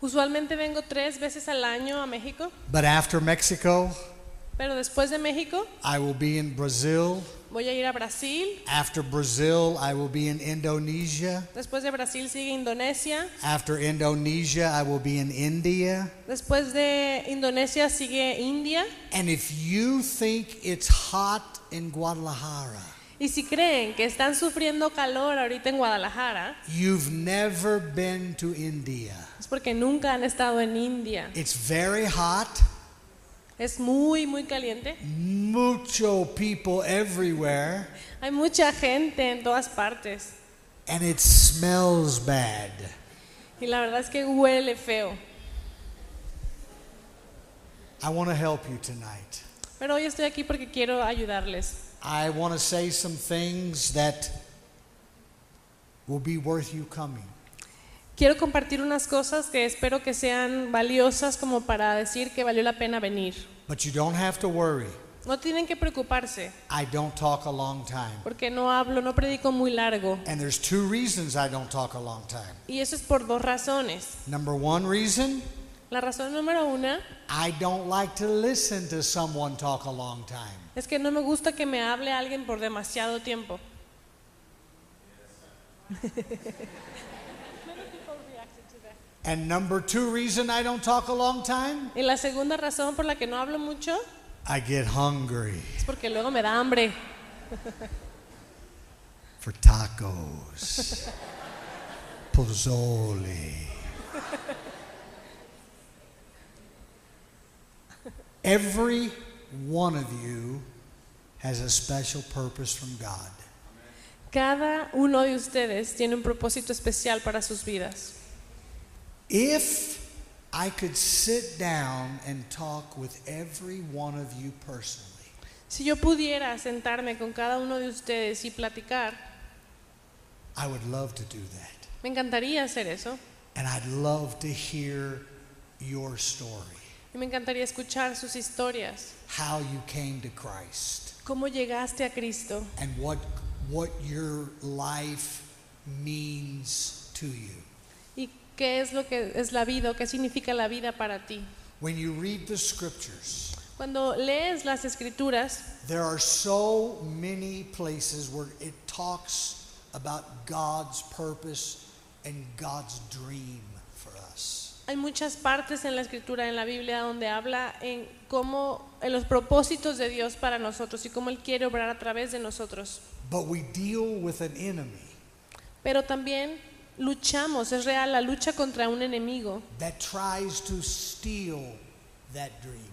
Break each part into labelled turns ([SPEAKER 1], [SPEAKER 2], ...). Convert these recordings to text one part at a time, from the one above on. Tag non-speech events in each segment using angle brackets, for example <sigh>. [SPEAKER 1] Usualmente vengo tres veces al año a México,
[SPEAKER 2] But after Mexico,
[SPEAKER 1] pero después de México
[SPEAKER 2] I will be in Brazil.
[SPEAKER 1] voy a ir a Brasil,
[SPEAKER 2] After Brazil, I will be in Indonesia.
[SPEAKER 1] después de Brasil sigue Indonesia,
[SPEAKER 2] After Indonesia, I will be in India.
[SPEAKER 1] después de Indonesia sigue India.
[SPEAKER 2] And if you think it's hot in Guadalajara,
[SPEAKER 1] Y si creen que están sufriendo calor ahorita en Guadalajara,
[SPEAKER 2] you've never been to India.
[SPEAKER 1] es porque nunca han estado en India.
[SPEAKER 2] It's very hot,
[SPEAKER 1] Es muy, muy caliente.
[SPEAKER 2] mucho people everywhere,
[SPEAKER 1] Hay mucha gente en todas partes.
[SPEAKER 2] and it smells bad.
[SPEAKER 1] Y la verdad es que huele feo.
[SPEAKER 2] I want to help you tonight.
[SPEAKER 1] Pero hoy estoy aquí porque quiero ayudarles.
[SPEAKER 2] I want to say some things that will be worth you coming.
[SPEAKER 1] Quiero compartir unas cosas que espero que sean valiosas como para decir que valió la pena venir.
[SPEAKER 2] But you don't have to worry.
[SPEAKER 1] No tienen que preocuparse
[SPEAKER 2] I don't talk a long time.
[SPEAKER 1] porque no hablo, no predico muy largo.
[SPEAKER 2] And there's two reasons I don't talk a long time.
[SPEAKER 1] Y eso es por dos razones.
[SPEAKER 2] Number one reason,
[SPEAKER 1] La razón número una
[SPEAKER 2] I don't like to listen to someone talk a long time.
[SPEAKER 1] es que no me gusta que me hable alguien por demasiado tiempo.
[SPEAKER 2] And number two reason I don't talk a long time,
[SPEAKER 1] Y la segunda razón por la que no hablo mucho
[SPEAKER 2] I get hungry
[SPEAKER 1] es porque luego me da hambre.
[SPEAKER 2] for tacos, <laughs> pozole. Every one of you has a special purpose from God.
[SPEAKER 1] Cada uno de ustedes tiene un propósito especial para sus vidas.
[SPEAKER 2] If I could sit down and talk with every one of you personally,
[SPEAKER 1] Si yo pudiera sentarme con cada uno de ustedes y platicar,
[SPEAKER 2] I would love to do that.
[SPEAKER 1] me encantaría hacer eso.
[SPEAKER 2] And I'd love to hear your story,
[SPEAKER 1] Y me encantaría escuchar sus historias.
[SPEAKER 2] how you came to Christ,
[SPEAKER 1] ¿Cómo llegaste a Cristo?
[SPEAKER 2] and what, what your life means to you.
[SPEAKER 1] ¿Y qué es lo que es la vida o qué significa la vida para ti?
[SPEAKER 2] When you read the scriptures,
[SPEAKER 1] Cuando lees las escrituras,
[SPEAKER 2] there are so many places where it talks about God's purpose and God's dream for us.
[SPEAKER 1] hay muchas partes en la escritura, en la Biblia, donde habla en cómo, en los propósitos de Dios para nosotros y cómo Él quiere obrar a través de nosotros.
[SPEAKER 2] But we deal with an enemy
[SPEAKER 1] Pero también luchamos, es real la lucha contra un enemigo
[SPEAKER 2] that tries to steal that dream,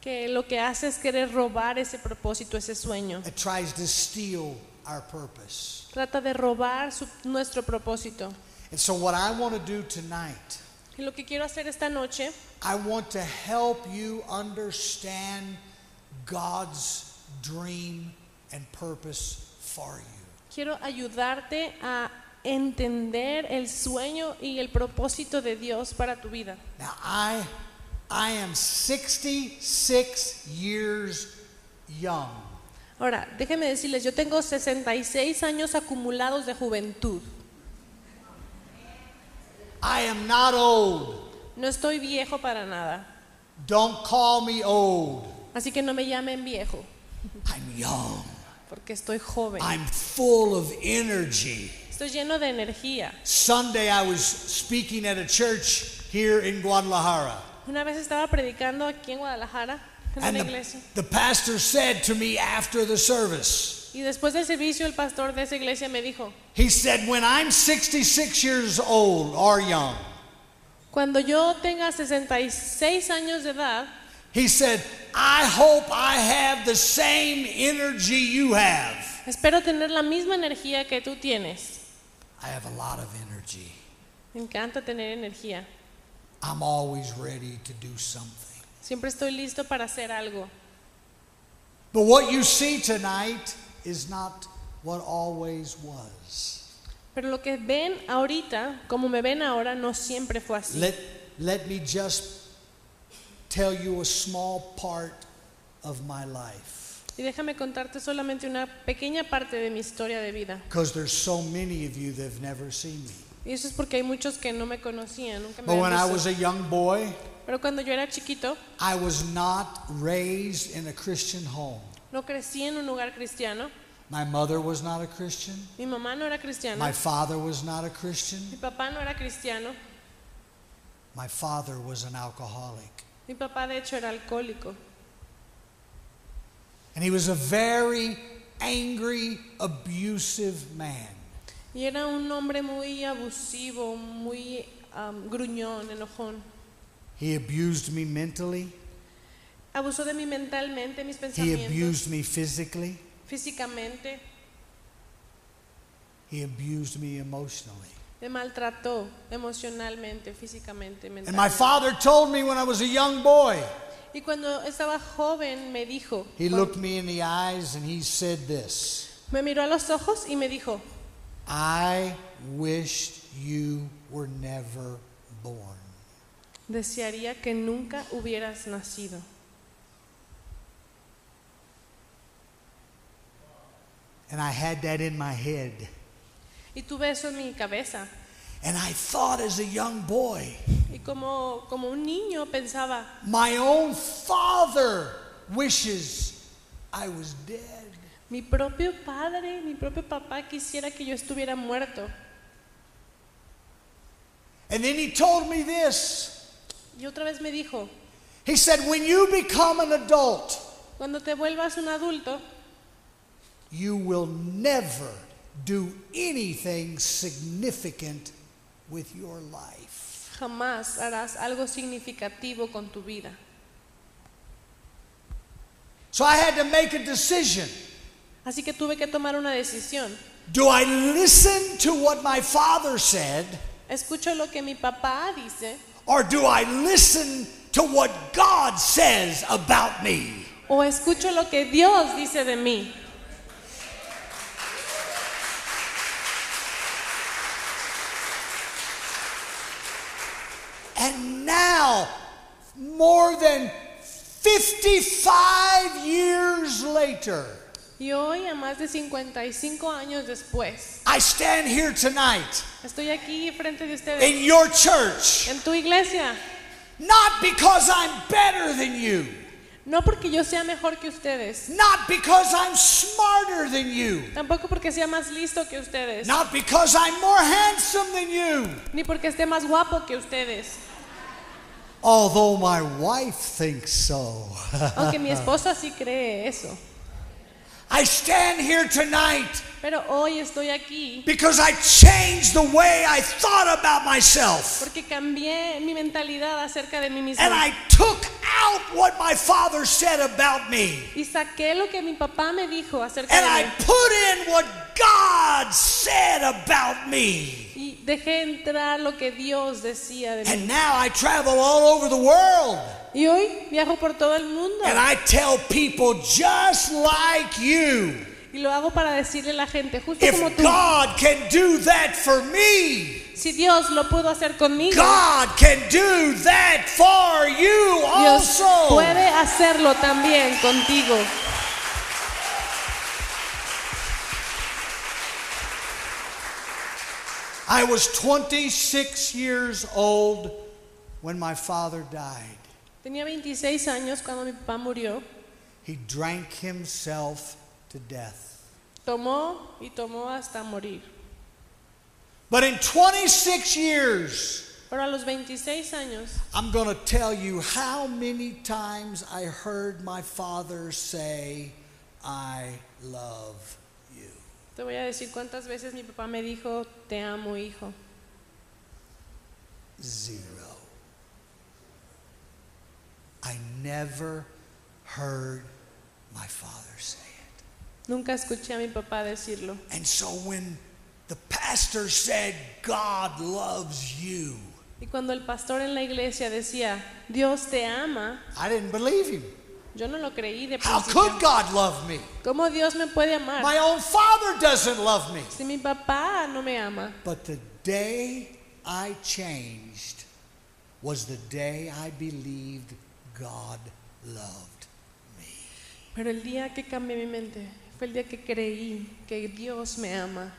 [SPEAKER 1] que lo que hace es querer robar ese propósito, ese sueño.
[SPEAKER 2] that tries to steal our purpose.
[SPEAKER 1] Trata de robar su- nuestro propósito.
[SPEAKER 2] And so, what I want to do tonight,
[SPEAKER 1] Y lo que quiero hacer esta noche
[SPEAKER 2] I want to help you understand God's dream and purpose for you.
[SPEAKER 1] Quiero ayudarte a entender el sueño y el propósito de Dios para tu vida.
[SPEAKER 2] Now, I, I am 66 years young.
[SPEAKER 1] Ahora, déjenme decirles, yo tengo 66 años acumulados de juventud.
[SPEAKER 2] I am not old.
[SPEAKER 1] No estoy viejo para nada,
[SPEAKER 2] Don't call me old.
[SPEAKER 1] así que no me llamen viejo,
[SPEAKER 2] I'm young.
[SPEAKER 1] porque estoy joven.
[SPEAKER 2] I'm full of energy.
[SPEAKER 1] Estoy lleno de energía.
[SPEAKER 2] Sunday, I was speaking at a church here in Guadalajara.
[SPEAKER 1] Una vez estaba predicando aquí en Guadalajara, en
[SPEAKER 2] And
[SPEAKER 1] una
[SPEAKER 2] the,
[SPEAKER 1] iglesia,
[SPEAKER 2] the pastor said to me after the service,
[SPEAKER 1] y después del servicio el pastor de esa iglesia me dijo,
[SPEAKER 2] he said, When I'm 66 years old or young,
[SPEAKER 1] cuando yo tenga 66 años de edad,
[SPEAKER 2] he said, I hope I have the same energy you have.
[SPEAKER 1] espero tener la misma energía que tú tienes.
[SPEAKER 2] I have a lot of energy.
[SPEAKER 1] Me encanta tener energía.
[SPEAKER 2] I'm always ready to do something.
[SPEAKER 1] Siempre estoy listo para hacer algo.
[SPEAKER 2] But what you see tonight is not what always was.
[SPEAKER 1] Pero lo que ven ahorita, como me ven ahora, no siempre fue así.
[SPEAKER 2] Let, let me just tell you a small part of my life
[SPEAKER 1] Y déjame contarte solamente una pequeña parte de mi historia de vida,
[SPEAKER 2] because there's so many of you that have never seen me.
[SPEAKER 1] Y eso es porque hay muchos que no me conocían, nunca me
[SPEAKER 2] But when I
[SPEAKER 1] habían
[SPEAKER 2] was
[SPEAKER 1] visto.
[SPEAKER 2] a young boy,
[SPEAKER 1] Pero cuando yo era chiquito,
[SPEAKER 2] I was not raised in a Christian home.
[SPEAKER 1] no crecí en un lugar cristiano.
[SPEAKER 2] My mother was not a Christian.
[SPEAKER 1] Mi mamá no era cristiana.
[SPEAKER 2] My father was not a Christian.
[SPEAKER 1] Mi papá no era cristiano.
[SPEAKER 2] My father was an alcoholic.
[SPEAKER 1] Mi papá de hecho era alcohólico.
[SPEAKER 2] And he was a very angry, abusive man.
[SPEAKER 1] Y era un hombre muy abusivo, muy am, gruñón, enojón.
[SPEAKER 2] He abused me mentally,
[SPEAKER 1] Abusó de mí mentalmente, mis
[SPEAKER 2] he
[SPEAKER 1] pensamientos,
[SPEAKER 2] abused me physically,
[SPEAKER 1] físicamente,
[SPEAKER 2] he abused me emotionally.
[SPEAKER 1] me maltrató emocionalmente, físicamente,
[SPEAKER 2] And my
[SPEAKER 1] mentalmente.
[SPEAKER 2] father told me when I was a young boy,
[SPEAKER 1] Y cuando estaba joven me dijo,
[SPEAKER 2] he
[SPEAKER 1] cuando-
[SPEAKER 2] looked me in the eyes and he said this
[SPEAKER 1] me miró a los ojos y me dijo,
[SPEAKER 2] I wished you were never born.
[SPEAKER 1] desearía que nunca hubieras nacido.
[SPEAKER 2] And I had that in my head.
[SPEAKER 1] Y tuve eso en mi cabeza.
[SPEAKER 2] And I thought as a young boy,
[SPEAKER 1] Y como, como un niño pensaba,
[SPEAKER 2] My own father wishes I was dead.
[SPEAKER 1] mi propio padre, mi propio papá quisiera que yo estuviera muerto.
[SPEAKER 2] And then he told me this.
[SPEAKER 1] Y otra vez me dijo,
[SPEAKER 2] He said, When you become an adult,
[SPEAKER 1] cuando te vuelvas un adulto,
[SPEAKER 2] you will never do anything significant with your life.
[SPEAKER 1] jamás harás algo significativo con tu vida.
[SPEAKER 2] So I had to make a decision.
[SPEAKER 1] Así que tuve que tomar una decisión.
[SPEAKER 2] Do I listen to what my father said,
[SPEAKER 1] Escucho lo que mi papá dice
[SPEAKER 2] or do I listen to what God says about me?
[SPEAKER 1] o escucho lo que Dios dice de mí.
[SPEAKER 2] And now, more than 55 years later,
[SPEAKER 1] Y hoy, a más de 55 años después,
[SPEAKER 2] I stand here tonight
[SPEAKER 1] estoy aquí frente de ustedes,
[SPEAKER 2] in your church,
[SPEAKER 1] en tu iglesia,
[SPEAKER 2] not because I'm better than you,
[SPEAKER 1] no porque yo sea mejor que ustedes,
[SPEAKER 2] not because I'm smarter than you,
[SPEAKER 1] tampoco porque sea más listo que ustedes,
[SPEAKER 2] not because I'm more handsome than you.
[SPEAKER 1] ni porque esté más guapo que ustedes,
[SPEAKER 2] Although my wife thinks so.
[SPEAKER 1] aunque mi esposa sí cree eso.
[SPEAKER 2] I stand here tonight
[SPEAKER 1] Pero hoy estoy aquí
[SPEAKER 2] because I changed the way I thought about myself.
[SPEAKER 1] porque cambié mi mentalidad acerca de mí mismo
[SPEAKER 2] And I took out what my father said about me.
[SPEAKER 1] y saqué lo que mi papá me dijo acerca
[SPEAKER 2] And
[SPEAKER 1] de
[SPEAKER 2] I
[SPEAKER 1] mí.
[SPEAKER 2] put in what God said about me.
[SPEAKER 1] Y dejé entrar lo que Dios decía de mí.
[SPEAKER 2] And now I travel all over the world
[SPEAKER 1] Y hoy viajo por todo el mundo
[SPEAKER 2] and I tell people just like you
[SPEAKER 1] y lo hago para decirle a la gente, justo como
[SPEAKER 2] if
[SPEAKER 1] tú,
[SPEAKER 2] God can do that for me,
[SPEAKER 1] si Dios lo pudo hacer conmigo,
[SPEAKER 2] God can do that for you
[SPEAKER 1] Dios
[SPEAKER 2] also.
[SPEAKER 1] puede hacerlo también contigo.
[SPEAKER 2] I was 26 years old when my father died.
[SPEAKER 1] Tenía 26 años cuando mi papá murió.
[SPEAKER 2] He drank himself to death.
[SPEAKER 1] Tomó y tomó hasta morir.
[SPEAKER 2] But in 26 years,
[SPEAKER 1] Pero a los 26 años
[SPEAKER 2] I'm going to tell you how many times I heard my father say, I love you.
[SPEAKER 1] te voy a decir cuántas veces mi papá me dijo, te amo hijo.
[SPEAKER 2] Zero. I never heard my father say it.
[SPEAKER 1] Nunca escuché a mi papá decirlo.
[SPEAKER 2] And so when the pastor said, God loves you,
[SPEAKER 1] Y cuando el pastor en la iglesia decía, Dios te ama,
[SPEAKER 2] I didn't believe him.
[SPEAKER 1] yo no lo creí de
[SPEAKER 2] How
[SPEAKER 1] principio.
[SPEAKER 2] could God love me?
[SPEAKER 1] ¿Cómo Dios me puede amar?
[SPEAKER 2] My own father doesn't love me.
[SPEAKER 1] Si mi papá no me ama,
[SPEAKER 2] But the day I changed was the day I believed God loved me.
[SPEAKER 1] pero el día que cambié mi mente fue el día que creí que Dios me ama.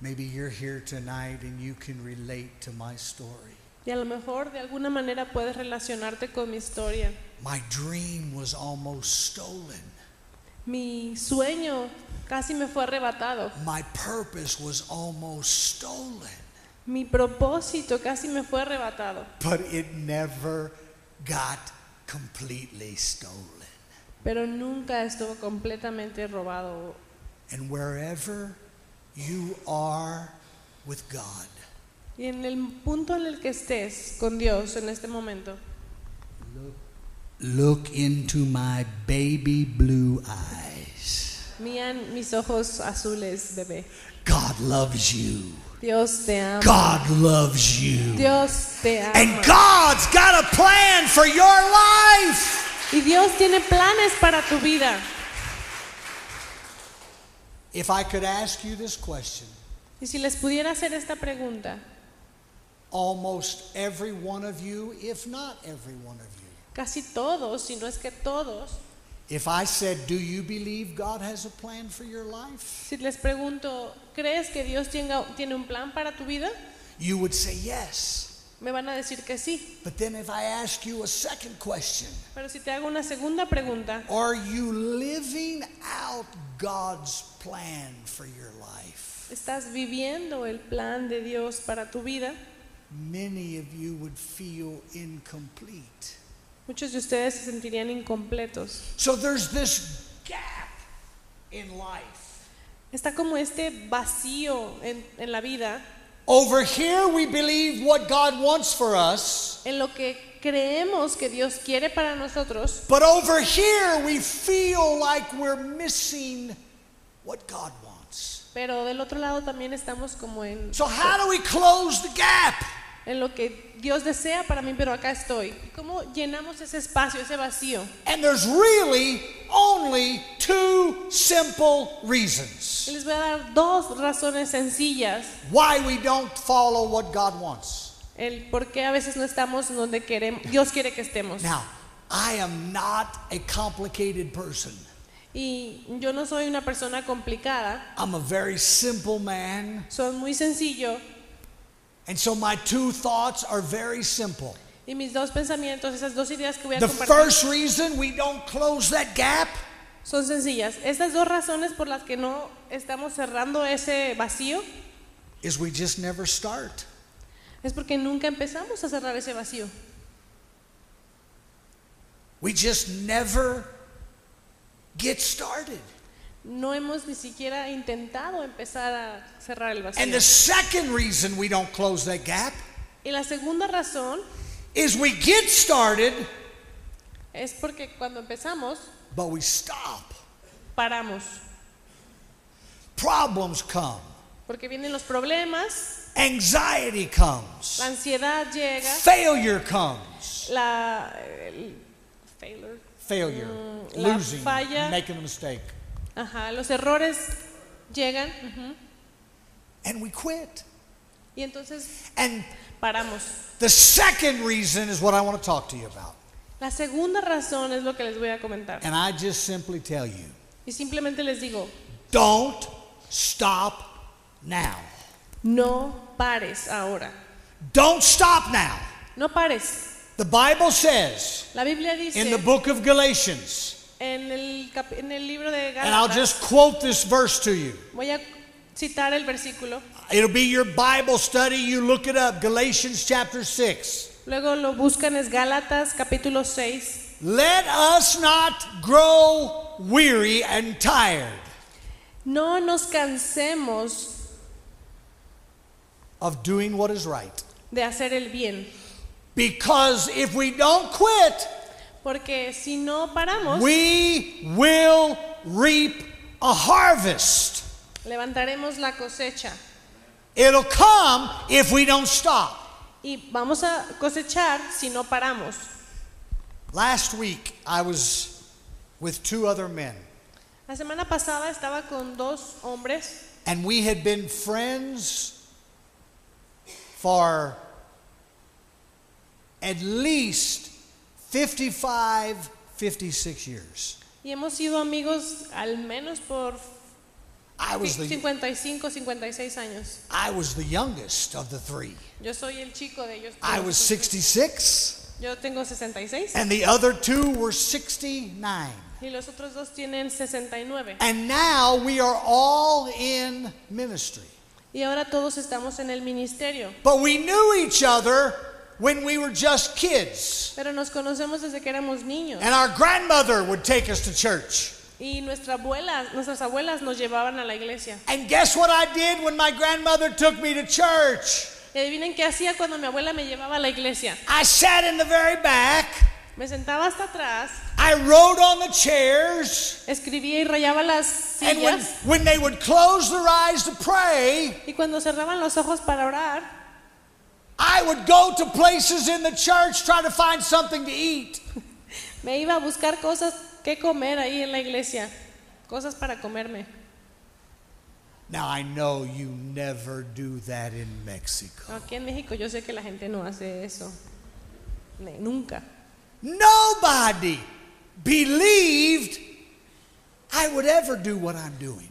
[SPEAKER 2] Maybe you're here tonight and you can relate to my story.
[SPEAKER 1] Y a lo mejor de alguna manera puedes relacionarte con mi historia.
[SPEAKER 2] My dream was almost stolen.
[SPEAKER 1] Mi sueño casi me fue arrebatado.
[SPEAKER 2] My purpose was almost stolen.
[SPEAKER 1] Mi propósito casi me fue arrebatado.
[SPEAKER 2] But it never got completely stolen.
[SPEAKER 1] Pero nunca estuvo completamente robado.
[SPEAKER 2] And wherever you are with God,
[SPEAKER 1] Y en el punto en el que estés con Dios en este momento,
[SPEAKER 2] look into my baby blue eyes.
[SPEAKER 1] miran mis ojos azules, bebé.
[SPEAKER 2] God loves you.
[SPEAKER 1] Dios te ama.
[SPEAKER 2] God loves you.
[SPEAKER 1] Dios te ama.
[SPEAKER 2] And God's got a plan for your life.
[SPEAKER 1] Y Dios tiene planes para tu vida.
[SPEAKER 2] If I could ask you this question,
[SPEAKER 1] Y si les pudiera hacer esta pregunta,
[SPEAKER 2] almost every one of you, if not every one of you,
[SPEAKER 1] casi todos, si no es que todos,
[SPEAKER 2] if I said, Do you believe God has a plan for your life?
[SPEAKER 1] si les pregunto, ¿crees que Dios tenga- tiene un plan para tu vida?
[SPEAKER 2] You would say yes.
[SPEAKER 1] Me van a decir que sí.
[SPEAKER 2] But then if I ask you a second question,
[SPEAKER 1] Pero si te hago una segunda pregunta,
[SPEAKER 2] Are you living out God's plan for your life?
[SPEAKER 1] ¿estás viviendo el plan de Dios para tu vida?
[SPEAKER 2] Many of you would feel incomplete.
[SPEAKER 1] Muchos de ustedes se sentirían incompletos.
[SPEAKER 2] So there's this gap in life.
[SPEAKER 1] Está como este vacío en, en la vida,
[SPEAKER 2] Over here, we believe what God wants for us,
[SPEAKER 1] en lo que creemos que Dios quiere para nosotros,
[SPEAKER 2] but over here, we feel like we're missing what God wants.
[SPEAKER 1] pero del otro lado también estamos como en,
[SPEAKER 2] So, how do we close the gap?
[SPEAKER 1] en lo que Dios desea para mí, pero acá estoy. ¿Cómo llenamos ese espacio, ese vacío?
[SPEAKER 2] And there's really only two simple reasons.
[SPEAKER 1] Y Les voy a dar dos razones sencillas,
[SPEAKER 2] why we don't follow what God wants.
[SPEAKER 1] el por qué a veces no estamos donde queremos, Dios quiere que estemos.
[SPEAKER 2] Now, I am not a complicated person.
[SPEAKER 1] Y yo no soy una persona complicada,
[SPEAKER 2] I'm a very simple man,
[SPEAKER 1] soy muy sencillo
[SPEAKER 2] and so my two thoughts are very simple.
[SPEAKER 1] Y mis dos pensamientos, esas dos ideas que voy a
[SPEAKER 2] The
[SPEAKER 1] compartir
[SPEAKER 2] first reason we don't close that gap
[SPEAKER 1] son sencillas. Estas dos razones por las que no estamos cerrando ese vacío
[SPEAKER 2] is we just never start.
[SPEAKER 1] es porque nunca empezamos a cerrar ese vacío.
[SPEAKER 2] We just never get started.
[SPEAKER 1] No hemos ni siquiera intentado empezar a cerrar el vacío.
[SPEAKER 2] And the second reason we don't close that gap
[SPEAKER 1] Y la segunda razón
[SPEAKER 2] is we get started,
[SPEAKER 1] es porque cuando empezamos,
[SPEAKER 2] but we stop.
[SPEAKER 1] paramos.
[SPEAKER 2] Problems come,
[SPEAKER 1] Porque vienen los problemas,
[SPEAKER 2] anxiety comes.
[SPEAKER 1] la ansiedad llega,
[SPEAKER 2] Failure comes.
[SPEAKER 1] la, el- failure.
[SPEAKER 2] Failure.
[SPEAKER 1] Mm, la
[SPEAKER 2] losing.
[SPEAKER 1] falla.
[SPEAKER 2] Making a mistake.
[SPEAKER 1] Ajá, los errores llegan ujú,
[SPEAKER 2] And we quit.
[SPEAKER 1] y entonces
[SPEAKER 2] And
[SPEAKER 1] paramos.
[SPEAKER 2] the second reason is what I want to talk to you about.
[SPEAKER 1] La segunda razón es lo que les voy a comentar.
[SPEAKER 2] And I just simply tell you
[SPEAKER 1] Y simplemente les digo,
[SPEAKER 2] don't stop now.
[SPEAKER 1] no pares ahora.
[SPEAKER 2] Don't stop now.
[SPEAKER 1] No pares.
[SPEAKER 2] The Bible says
[SPEAKER 1] La Biblia dice
[SPEAKER 2] in the book of Galatians,
[SPEAKER 1] en, el cap- en el libro de
[SPEAKER 2] and I'll
[SPEAKER 1] Gálatas,
[SPEAKER 2] just quote this verse to you.
[SPEAKER 1] voy a citar el versículo,
[SPEAKER 2] It'll be your Bible study. You look it up. Galatians chapter 6.
[SPEAKER 1] luego lo buscan, es Gálatas capítulo 6.
[SPEAKER 2] Let us not grow weary and tired.
[SPEAKER 1] No nos cansemos
[SPEAKER 2] of doing what is right.
[SPEAKER 1] de hacer el bien,
[SPEAKER 2] Because if we don't quit,
[SPEAKER 1] porque si no paramos,
[SPEAKER 2] we will reap a harvest.
[SPEAKER 1] levantaremos la cosecha
[SPEAKER 2] It'll come if we don't stop.
[SPEAKER 1] y vamos a cosechar si no paramos.
[SPEAKER 2] Last week, I was with two other men,
[SPEAKER 1] La semana pasada estaba con dos hombres
[SPEAKER 2] and we had been friends for at least 55, 56 years.
[SPEAKER 1] Y hemos sido amigos al menos por
[SPEAKER 2] I was the
[SPEAKER 1] 55, 56 años.
[SPEAKER 2] I was the youngest of the three.
[SPEAKER 1] Yo soy el chico de ellos.
[SPEAKER 2] I was 66
[SPEAKER 1] Yo tengo 66
[SPEAKER 2] and the other two were 69.
[SPEAKER 1] y los otros dos tienen 69.
[SPEAKER 2] And now we are all in ministry.
[SPEAKER 1] Y ahora todos estamos en el ministerio.
[SPEAKER 2] But we knew each other when we were just kids.
[SPEAKER 1] Pero nos conocemos desde que éramos niños.
[SPEAKER 2] And our grandmother would take us to church.
[SPEAKER 1] Y nuestra abuela, nuestras abuelas nos llevaban a la iglesia.
[SPEAKER 2] And guess what I did when my grandmother took me to church?
[SPEAKER 1] Y adivinen qué hacía cuando mi abuela me llevaba a la iglesia.
[SPEAKER 2] I sat in the very back.
[SPEAKER 1] Me sentaba hasta atrás,
[SPEAKER 2] I wrote on the chairs.
[SPEAKER 1] escribía y rayaba las
[SPEAKER 2] And when,
[SPEAKER 1] sillas.
[SPEAKER 2] when they would close their eyes to pray,
[SPEAKER 1] Y cuando cerraban los ojos para orar,
[SPEAKER 2] I would go to places in the church trying to find something to eat.
[SPEAKER 1] me iba a buscar cosas que comer ahí en la iglesia. Cosas para comerme.
[SPEAKER 2] Now I know you never do that in Mexico.
[SPEAKER 1] Aquí en México yo sé que la gente no hace eso. Ne- Nunca.
[SPEAKER 2] Nobody believed I would ever do what I'm doing.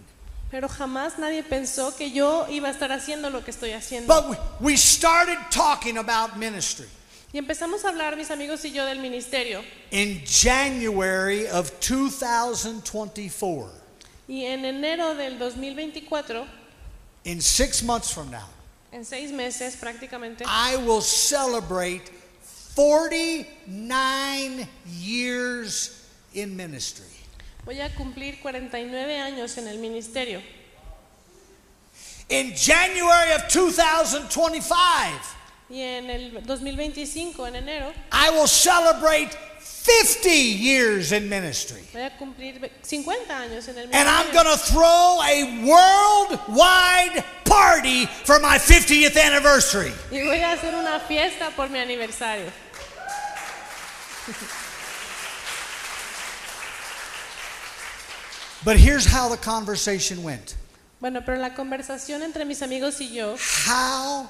[SPEAKER 1] Pero jamás nadie pensó que yo iba a estar haciendo lo que estoy haciendo.
[SPEAKER 2] But we, we started talking about ministry
[SPEAKER 1] Y empezamos a hablar, mis amigos y yo, del ministerio.
[SPEAKER 2] in January of 2024.
[SPEAKER 1] Y en enero del 2024,
[SPEAKER 2] In six months from now,
[SPEAKER 1] en seis meses prácticamente,
[SPEAKER 2] I will celebrate 49 years in ministry.
[SPEAKER 1] voy a cumplir 49 años en el ministerio.
[SPEAKER 2] In January of 2025,
[SPEAKER 1] Y en el 2025, en enero,
[SPEAKER 2] I will celebrate 50 years in ministry.
[SPEAKER 1] voy a cumplir ve- 50 años en el
[SPEAKER 2] And I'm
[SPEAKER 1] ministerio.
[SPEAKER 2] going to throw a worldwide party for my 50th anniversary.
[SPEAKER 1] Y voy a hacer una fiesta por mi aniversario.
[SPEAKER 2] But here's how the conversation went
[SPEAKER 1] Bueno, pero la conversación entre mis amigos y yo,
[SPEAKER 2] How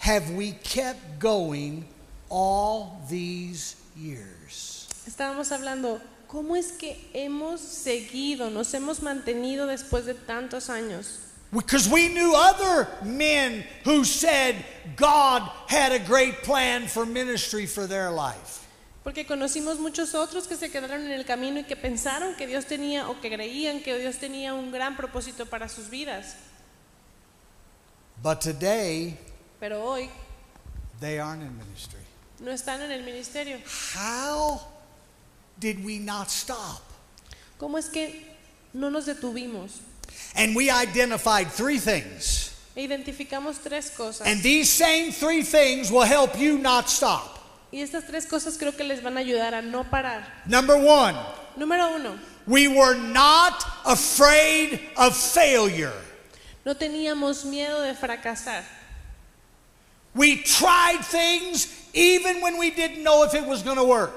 [SPEAKER 2] have we kept going all these years?
[SPEAKER 1] estábamos hablando, ¿cómo es que hemos seguido, nos hemos mantenido después de tantos años?
[SPEAKER 2] Because we knew other men who said God had a great plan for ministry for their life.
[SPEAKER 1] Porque conocimos muchos otros que se quedaron en el camino y que pensaron que Dios tenía o que creían que Dios tenía un gran propósito para sus vidas.
[SPEAKER 2] But today,
[SPEAKER 1] Pero hoy
[SPEAKER 2] they aren't in ministry.
[SPEAKER 1] no están en el ministerio.
[SPEAKER 2] How did we not stop?
[SPEAKER 1] ¿Cómo es que no nos detuvimos?
[SPEAKER 2] And we identified three things.
[SPEAKER 1] E identificamos tres cosas.
[SPEAKER 2] And these same three things will help you not stop.
[SPEAKER 1] Y estas tres cosas creo que les van a ayudar a no parar.
[SPEAKER 2] Number one,
[SPEAKER 1] Número uno,
[SPEAKER 2] we were not afraid of failure.
[SPEAKER 1] no teníamos miedo de fracasar.
[SPEAKER 2] We tried things even when we didn't know if it was going to work.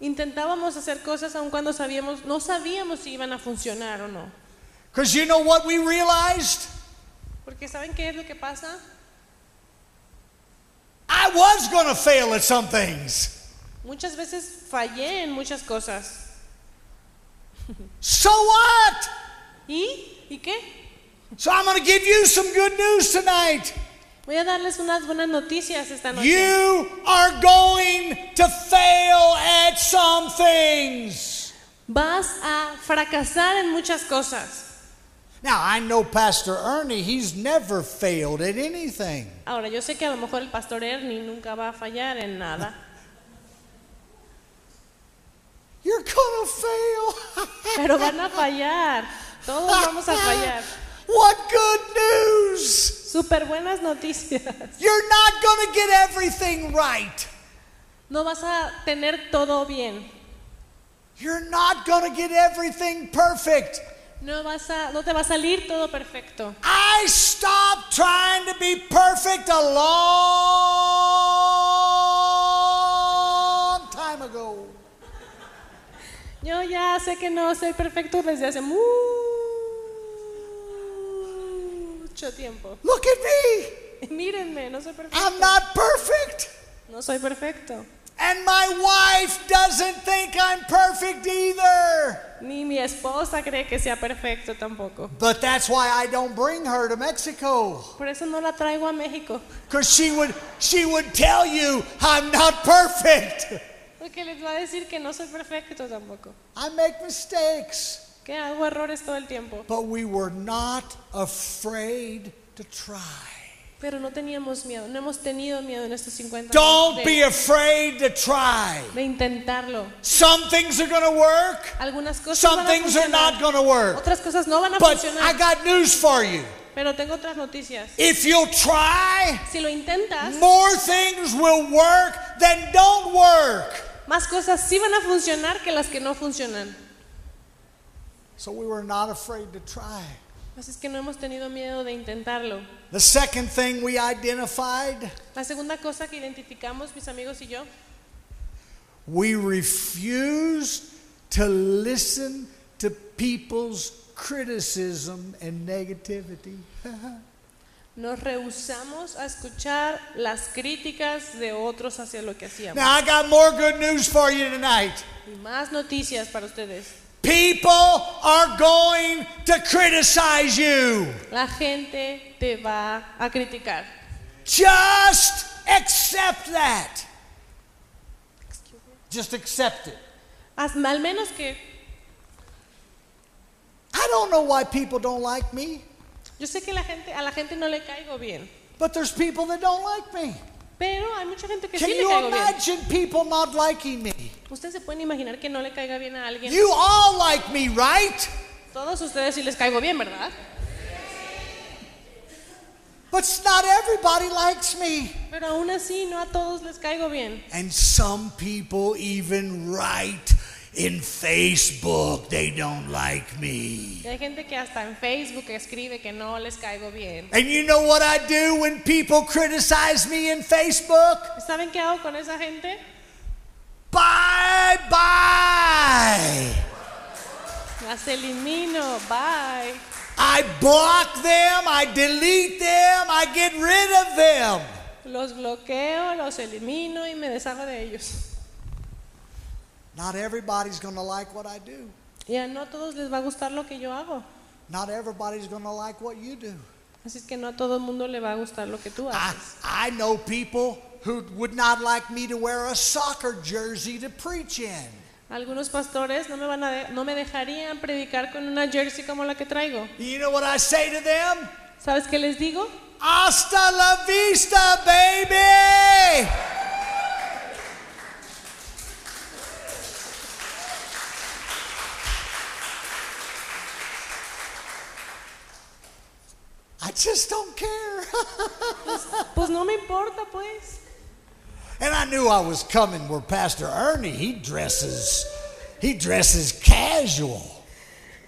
[SPEAKER 1] Intentábamos hacer cosas aun cuando sabíamos, no sabíamos si iban a funcionar o no.
[SPEAKER 2] Because you know what we realized?
[SPEAKER 1] Porque ¿saben qué es lo que pasa?
[SPEAKER 2] I was going to fail at some things.
[SPEAKER 1] Muchas veces fallé en muchas cosas.
[SPEAKER 2] So what?
[SPEAKER 1] ¿Y? ¿Y qué?
[SPEAKER 2] So I'm going to give you some good news tonight.
[SPEAKER 1] Voy a darles unas buenas noticias esta noche.
[SPEAKER 2] You are going to fail at some things.
[SPEAKER 1] Vas a fracasar en muchas cosas.
[SPEAKER 2] Now, I know Pastor Ernie, he's never failed at anything.
[SPEAKER 1] Ahora, yo sé que a lo mejor el pastor Ernie nunca va a fallar en nada,
[SPEAKER 2] You're going to fail. <laughs>
[SPEAKER 1] pero van a fallar. Todos vamos a fallar.
[SPEAKER 2] What good news!
[SPEAKER 1] Súper buenas noticias.
[SPEAKER 2] You're not going to get everything right.
[SPEAKER 1] No vas a tener todo bien.
[SPEAKER 2] You're not going to get everything perfect.
[SPEAKER 1] No, vas a, no te va a salir todo perfecto.
[SPEAKER 2] I stopped trying to be perfect a long time ago.
[SPEAKER 1] Yo ya sé que no soy perfecto desde hace mu- mucho tiempo. <laughs>
[SPEAKER 2] Look at me.
[SPEAKER 1] Mírenme, no soy perfecto.
[SPEAKER 2] I'm not perfect.
[SPEAKER 1] No soy perfecto.
[SPEAKER 2] And my wife doesn't think I'm perfect either.
[SPEAKER 1] Ni mi esposa cree que sea perfecto tampoco.
[SPEAKER 2] But that's why I don't bring her to Mexico.
[SPEAKER 1] Por eso no la traigo a México. <laughs>
[SPEAKER 2] Because she would, she would tell you, I'm not perfect.
[SPEAKER 1] Porque les va a decir que no soy perfecto tampoco.
[SPEAKER 2] I make mistakes.
[SPEAKER 1] Que hago errores todo el tiempo.
[SPEAKER 2] But we were not afraid to try.
[SPEAKER 1] Pero no teníamos miedo. No hemos tenido miedo en estos 50
[SPEAKER 2] Don't
[SPEAKER 1] años
[SPEAKER 2] be
[SPEAKER 1] de,
[SPEAKER 2] afraid to try.
[SPEAKER 1] de intentarlo.
[SPEAKER 2] Some things are going to work,
[SPEAKER 1] Algunas cosas
[SPEAKER 2] some
[SPEAKER 1] van a
[SPEAKER 2] things are
[SPEAKER 1] funcionar.
[SPEAKER 2] not going to work.
[SPEAKER 1] Otras cosas no van a
[SPEAKER 2] But I
[SPEAKER 1] funcionar.
[SPEAKER 2] got news for you.
[SPEAKER 1] Pero tengo otras noticias.
[SPEAKER 2] If you'll try,
[SPEAKER 1] Si lo intentas,
[SPEAKER 2] more things will work than don't work.
[SPEAKER 1] más cosas sí van a funcionar que las que no funcionan.
[SPEAKER 2] So we were not afraid to try.
[SPEAKER 1] Así Pues es que no hemos tenido miedo de intentarlo.
[SPEAKER 2] The second thing we identified,
[SPEAKER 1] La segunda cosa que identificamos, mis amigos y yo,
[SPEAKER 2] we refused to listen to people's criticism and negativity. <laughs>
[SPEAKER 1] nos rehusamos a escuchar las críticas de otros hacia lo que hacíamos.
[SPEAKER 2] now I got more good news for you tonight.
[SPEAKER 1] Y más noticias para ustedes.
[SPEAKER 2] People are going to criticize you.
[SPEAKER 1] La gente te va a criticar.
[SPEAKER 2] Just accept that. Just accept it.
[SPEAKER 1] Haz- al menos que
[SPEAKER 2] I don't know why people don't like me,
[SPEAKER 1] yo sé que la gente, a la gente no le caigo bien,
[SPEAKER 2] but there's people that don't like me.
[SPEAKER 1] pero hay mucha gente que
[SPEAKER 2] Can
[SPEAKER 1] sí le
[SPEAKER 2] you
[SPEAKER 1] caigo bien.
[SPEAKER 2] imagine people not liking me?
[SPEAKER 1] Ustedes se pueden imaginar que no le caiga bien a alguien.
[SPEAKER 2] You all like me, right?
[SPEAKER 1] Todos ustedes sí les caigo bien, ¿verdad?
[SPEAKER 2] But s- not everybody likes me.
[SPEAKER 1] Pero aún así no a todos les caigo bien.
[SPEAKER 2] And some people even write in Facebook they don't like me.
[SPEAKER 1] Y hay gente que hasta en Facebook escribe que no les caigo bien.
[SPEAKER 2] And you know what I do when people criticize me in Facebook?
[SPEAKER 1] ¿Saben qué hago con esa gente?
[SPEAKER 2] Bye bye.
[SPEAKER 1] Las elimino, bye.
[SPEAKER 2] I block them, I delete them, I get rid of them.
[SPEAKER 1] Los bloqueo, los elimino y me deshago de ellos.
[SPEAKER 2] Not everybody's going to like what I do.
[SPEAKER 1] Y a no todos les va a gustar lo que yo hago.
[SPEAKER 2] Not everybody's going to like what you do.
[SPEAKER 1] Así es que no a todo el mundo le va a gustar lo que tú
[SPEAKER 2] I,
[SPEAKER 1] haces.
[SPEAKER 2] I know people who would not like me to wear a soccer jersey to preach in.
[SPEAKER 1] Algunos pastores no me, van a de- no me dejarían predicar con una jersey como la que traigo.
[SPEAKER 2] You know what I say to them?
[SPEAKER 1] ¿Sabes qué les
[SPEAKER 2] <laughs>
[SPEAKER 1] digo?
[SPEAKER 2] Hasta la vista, baby! I just don't care. <laughs>
[SPEAKER 1] Pues no me importa, pues.
[SPEAKER 2] And I knew I was coming where Pastor Ernie, he dresses, he dresses casual.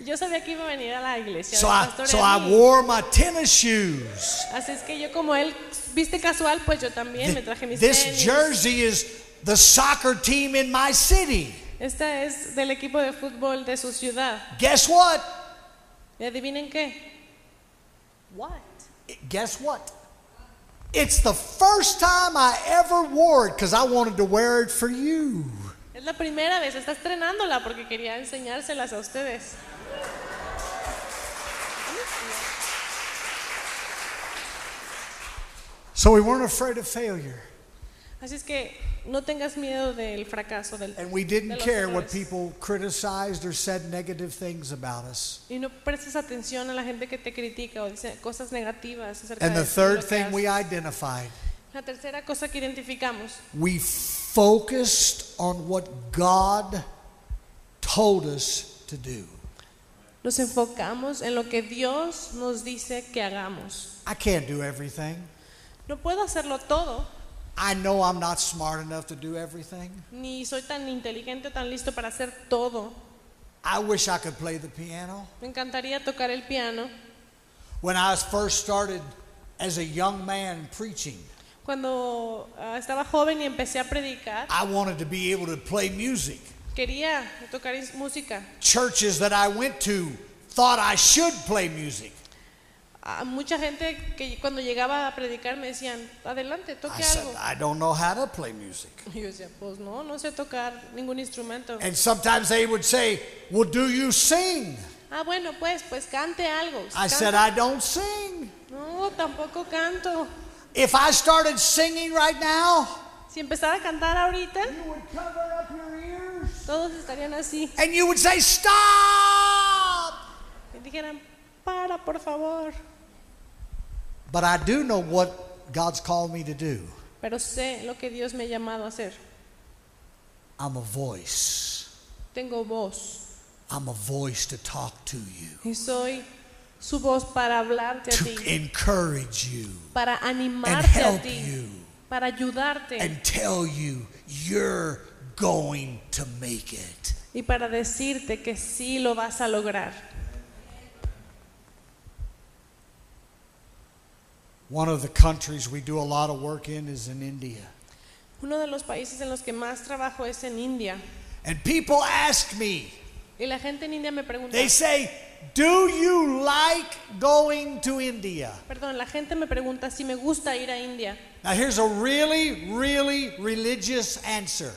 [SPEAKER 1] Yo sabía que iba a venir a la iglesia.
[SPEAKER 2] So
[SPEAKER 1] del
[SPEAKER 2] I,
[SPEAKER 1] pastor
[SPEAKER 2] so
[SPEAKER 1] Ernie.
[SPEAKER 2] I wore my tennis shoes.
[SPEAKER 1] Así es que yo como él viste casual, pues yo también Eh, me traje mis
[SPEAKER 2] This
[SPEAKER 1] tenis.
[SPEAKER 2] jersey is the soccer team in my city.
[SPEAKER 1] Esta es del equipo de fútbol de su ciudad.
[SPEAKER 2] Guess what?
[SPEAKER 1] ¿Y adivinen qué? What?
[SPEAKER 2] Guess what? It's the first time I ever wore it because I wanted to wear it for you.
[SPEAKER 1] Es la primera vez, está estrenándola porque quería enseñárselas a ustedes.
[SPEAKER 2] So we weren't afraid of failure.
[SPEAKER 1] Así es que no tengas miedo del fracaso del
[SPEAKER 2] And we didn't
[SPEAKER 1] de los
[SPEAKER 2] care what
[SPEAKER 1] errores.
[SPEAKER 2] people criticized or said negative things about us.
[SPEAKER 1] Y no prestes atención a la gente que te critica o dice cosas negativas acerca
[SPEAKER 2] And
[SPEAKER 1] de
[SPEAKER 2] the
[SPEAKER 1] ti, lo
[SPEAKER 2] third
[SPEAKER 1] que
[SPEAKER 2] thing we
[SPEAKER 1] haces.
[SPEAKER 2] identified,
[SPEAKER 1] La tercera cosa que identificamos,
[SPEAKER 2] we focused on what God told us to do.
[SPEAKER 1] nos enfocamos en lo que Dios nos dice que hagamos.
[SPEAKER 2] I can't do everything.
[SPEAKER 1] No puedo hacerlo todo,
[SPEAKER 2] I know I'm not smart enough to do everything.
[SPEAKER 1] ni soy tan inteligente o tan listo para hacer todo.
[SPEAKER 2] I wish I could play the piano.
[SPEAKER 1] Me encantaría tocar el piano.
[SPEAKER 2] When I first started as a young man preaching,
[SPEAKER 1] Cuando ah, estaba joven y empecé a predicar,
[SPEAKER 2] I wanted to be able to play music.
[SPEAKER 1] quería tocar ins- música.
[SPEAKER 2] Churches that I went to thought I should play music.
[SPEAKER 1] a mucha gente que cuando llegaba a predicar me decían, adelante,
[SPEAKER 2] I
[SPEAKER 1] toque
[SPEAKER 2] said,
[SPEAKER 1] algo.
[SPEAKER 2] I don't know how to play music.
[SPEAKER 1] Y yo decía, pues no, no sé tocar ningún instrumento.
[SPEAKER 2] And sometimes they would say, Well, do you sing?
[SPEAKER 1] Ah, bueno, pues, pues cante algo. canta".
[SPEAKER 2] I said, I don't sing.
[SPEAKER 1] no, tampoco canto.
[SPEAKER 2] If I started singing right now,
[SPEAKER 1] Si empezara a cantar ahorita,
[SPEAKER 2] you would cover up your ears
[SPEAKER 1] todos estarían así.
[SPEAKER 2] and you would say, Stop!
[SPEAKER 1] Y dijeran, para, por favor.
[SPEAKER 2] But I do know what God's called me to do.
[SPEAKER 1] Pero sé lo que Dios me ha llamado a hacer.
[SPEAKER 2] I'm a voice.
[SPEAKER 1] Tengo voz
[SPEAKER 2] I'm a voice to talk to you,
[SPEAKER 1] y soy su voz para hablarte a ti,
[SPEAKER 2] to encourage you,
[SPEAKER 1] para
[SPEAKER 2] and
[SPEAKER 1] animarte a
[SPEAKER 2] help
[SPEAKER 1] ti,
[SPEAKER 2] you,
[SPEAKER 1] para ayudarte
[SPEAKER 2] and tell you you're going to make it.
[SPEAKER 1] y para decirte que sí lo vas a lograr.
[SPEAKER 2] One of the countries we do a lot of work in is in India.
[SPEAKER 1] Uno de los países en los que más trabajo es en India.
[SPEAKER 2] And people ask me,
[SPEAKER 1] Y la gente en India me pregunta,
[SPEAKER 2] they say, Do you like going to India?
[SPEAKER 1] perdón, la gente me pregunta si me gusta ir a India.
[SPEAKER 2] Now, here's a really, really religious answer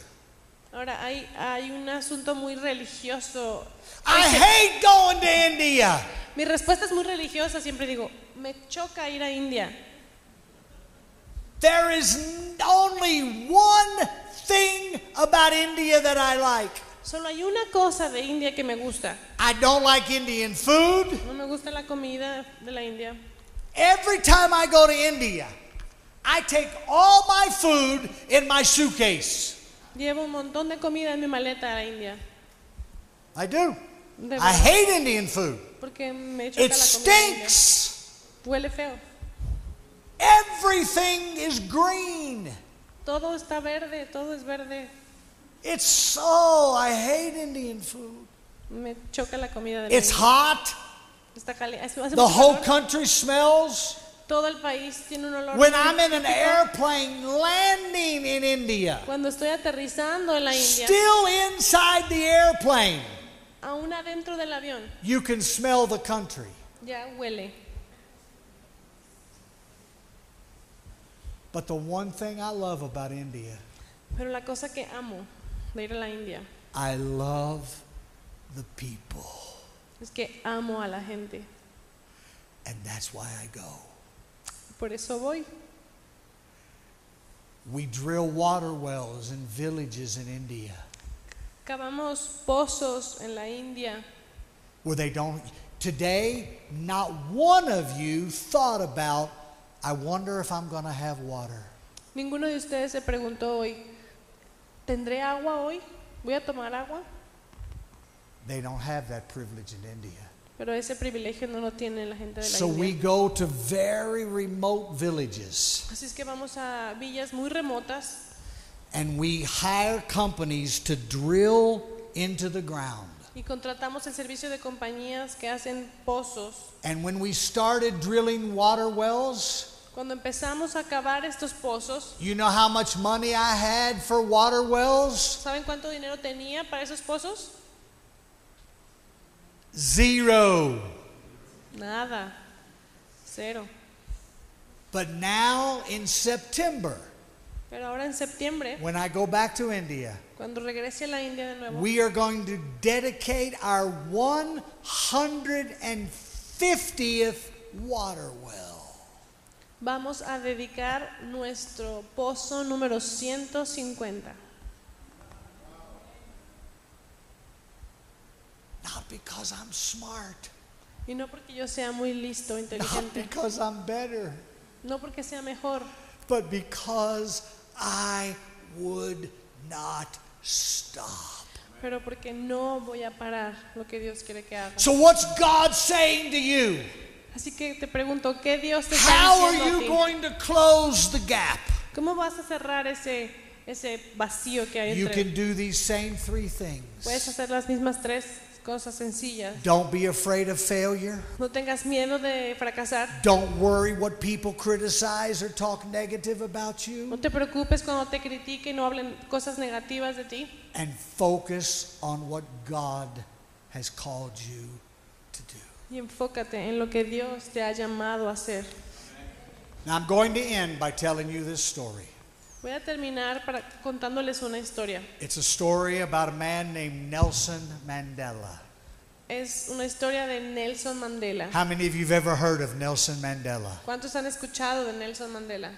[SPEAKER 1] Ahora, hay, hay un asunto muy religioso.
[SPEAKER 2] I hate going to India.
[SPEAKER 1] Mi respuesta es muy religiosa, siempre digo, me choca ir a India.
[SPEAKER 2] There is n- only one thing about India that I like.
[SPEAKER 1] Solo hay una cosa de India que me gusta.
[SPEAKER 2] I don't like Indian food.
[SPEAKER 1] No me gusta la comida de la India.
[SPEAKER 2] Every time I go to India, I take all my food in my suitcase.
[SPEAKER 1] Llevo un montón de comida en mi maleta a la India.
[SPEAKER 2] I do.
[SPEAKER 1] De
[SPEAKER 2] I
[SPEAKER 1] verdad,
[SPEAKER 2] hate Indian food.
[SPEAKER 1] porque me choca
[SPEAKER 2] It
[SPEAKER 1] la comida. india.
[SPEAKER 2] stinks.
[SPEAKER 1] Huele feo.
[SPEAKER 2] Everything is green.
[SPEAKER 1] Todo está verde, todo es verde.
[SPEAKER 2] It's so, I hate Indian food.
[SPEAKER 1] Me choca la comida de la
[SPEAKER 2] It's
[SPEAKER 1] India.
[SPEAKER 2] hot.
[SPEAKER 1] Está cali- hace- hace
[SPEAKER 2] The
[SPEAKER 1] mucho
[SPEAKER 2] whole
[SPEAKER 1] calor.
[SPEAKER 2] country smells.
[SPEAKER 1] Todo el país tiene un olor.
[SPEAKER 2] When
[SPEAKER 1] muy
[SPEAKER 2] I'm in an
[SPEAKER 1] típico.
[SPEAKER 2] airplane landing in India,
[SPEAKER 1] Cuando estoy aterrizando en la India,
[SPEAKER 2] Still inside the airplane,
[SPEAKER 1] aún adentro del avión,
[SPEAKER 2] you can smell the country.
[SPEAKER 1] ya huele.
[SPEAKER 2] But the one thing I love about India,
[SPEAKER 1] Pero la cosa que amo de ir a la India
[SPEAKER 2] I love the people.
[SPEAKER 1] es que amo a la gente.
[SPEAKER 2] And that's why I go.
[SPEAKER 1] Por eso voy.
[SPEAKER 2] We drill water wells in villages in India
[SPEAKER 1] Cavamos pozos en la India
[SPEAKER 2] where they don't. Today, not one of you thought about, I wonder if I'm going to have water.
[SPEAKER 1] Ninguno de ustedes se preguntó hoy, ¿tendré agua hoy? ¿Voy a tomar agua?
[SPEAKER 2] They don't have that privilege in India.
[SPEAKER 1] Pero ese privilegio no lo tiene la gente de la
[SPEAKER 2] So we
[SPEAKER 1] India.
[SPEAKER 2] go to very remote villages.
[SPEAKER 1] Así es que vamos a villas muy remotas
[SPEAKER 2] and we hire companies to drill into the ground.
[SPEAKER 1] y contratamos el servicio de compañías que hacen pozos.
[SPEAKER 2] And when we started drilling water wells,
[SPEAKER 1] Cuando empezamos a cavar estos pozos,
[SPEAKER 2] you know how much money I had for water wells?
[SPEAKER 1] ¿saben cuánto dinero tenía para esos pozos?
[SPEAKER 2] Zero.
[SPEAKER 1] Nada, cero.
[SPEAKER 2] But now in September,
[SPEAKER 1] Pero ahora en septiembre,
[SPEAKER 2] when I go back to India,
[SPEAKER 1] cuando regrese a la India de nuevo,
[SPEAKER 2] we are going to dedicate our 150th water well.
[SPEAKER 1] vamos a dedicar nuestro pozo número 150.
[SPEAKER 2] Not because I'm smart,
[SPEAKER 1] Y no porque yo sea muy listo o
[SPEAKER 2] not
[SPEAKER 1] inteligente,
[SPEAKER 2] because I'm better.
[SPEAKER 1] no porque sea mejor,
[SPEAKER 2] but because I would not stop.
[SPEAKER 1] pero porque no voy a parar lo que Dios quiere que haga.
[SPEAKER 2] So, what's God saying to you?
[SPEAKER 1] Así que te pregunto, ¿qué Dios te está
[SPEAKER 2] How are
[SPEAKER 1] diciendo a
[SPEAKER 2] you
[SPEAKER 1] ti?
[SPEAKER 2] going to close the gap?
[SPEAKER 1] ¿Cómo vas a cerrar ese, ese vacío que hay
[SPEAKER 2] You
[SPEAKER 1] entre?
[SPEAKER 2] can do these same three
[SPEAKER 1] Puedes
[SPEAKER 2] things.
[SPEAKER 1] hacer las mismas tres cosas sencillas.
[SPEAKER 2] Don't be afraid of failure.
[SPEAKER 1] No tengas miedo de fracasar.
[SPEAKER 2] Don't worry what people criticize or talk negative about
[SPEAKER 1] No
[SPEAKER 2] you.
[SPEAKER 1] te preocupes cuando te critiquen o hablen cosas negativas de ti.
[SPEAKER 2] And focus on what God has called you to do.
[SPEAKER 1] y enfócate en lo que Dios te ha llamado a hacer.
[SPEAKER 2] Now, I'm going to end by telling you this story.
[SPEAKER 1] Voy a terminar para, contándoles una historia.
[SPEAKER 2] It's a story about a man named Nelson Mandela.
[SPEAKER 1] Es una historia de Nelson Mandela.
[SPEAKER 2] How many of you have ever heard of Nelson Mandela?
[SPEAKER 1] ¿Cuántos han escuchado de Nelson Mandela?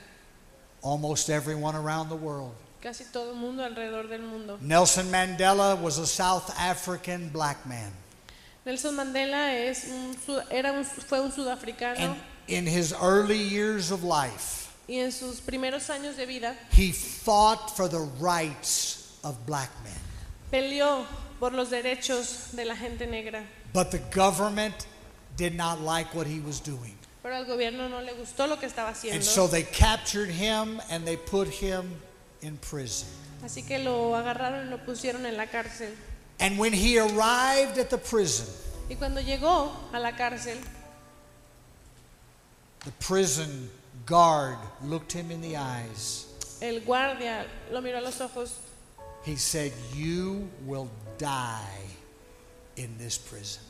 [SPEAKER 2] Almost everyone around the world.
[SPEAKER 1] Casi todo el mundo alrededor del mundo.
[SPEAKER 2] Nelson Mandela was a South African black man.
[SPEAKER 1] Nelson Mandela es un sud- era un- fue un
[SPEAKER 2] And
[SPEAKER 1] sudafricano
[SPEAKER 2] in his early years of life,
[SPEAKER 1] y en sus primeros años de vida
[SPEAKER 2] he fought for the rights of black men.
[SPEAKER 1] peleó por los derechos de la gente negra,
[SPEAKER 2] But the government did not like what he was doing.
[SPEAKER 1] pero al gobierno no le gustó lo que estaba
[SPEAKER 2] And
[SPEAKER 1] haciendo.
[SPEAKER 2] so they captured him and they put him in prison.
[SPEAKER 1] Así que lo agarraron y lo pusieron en la cárcel.
[SPEAKER 2] And when he arrived at the prison,
[SPEAKER 1] Y cuando llegó a la cárcel,
[SPEAKER 2] the prison guard looked him in the eyes.
[SPEAKER 1] el guardia lo miró a los ojos
[SPEAKER 2] He said, You will die in this prison.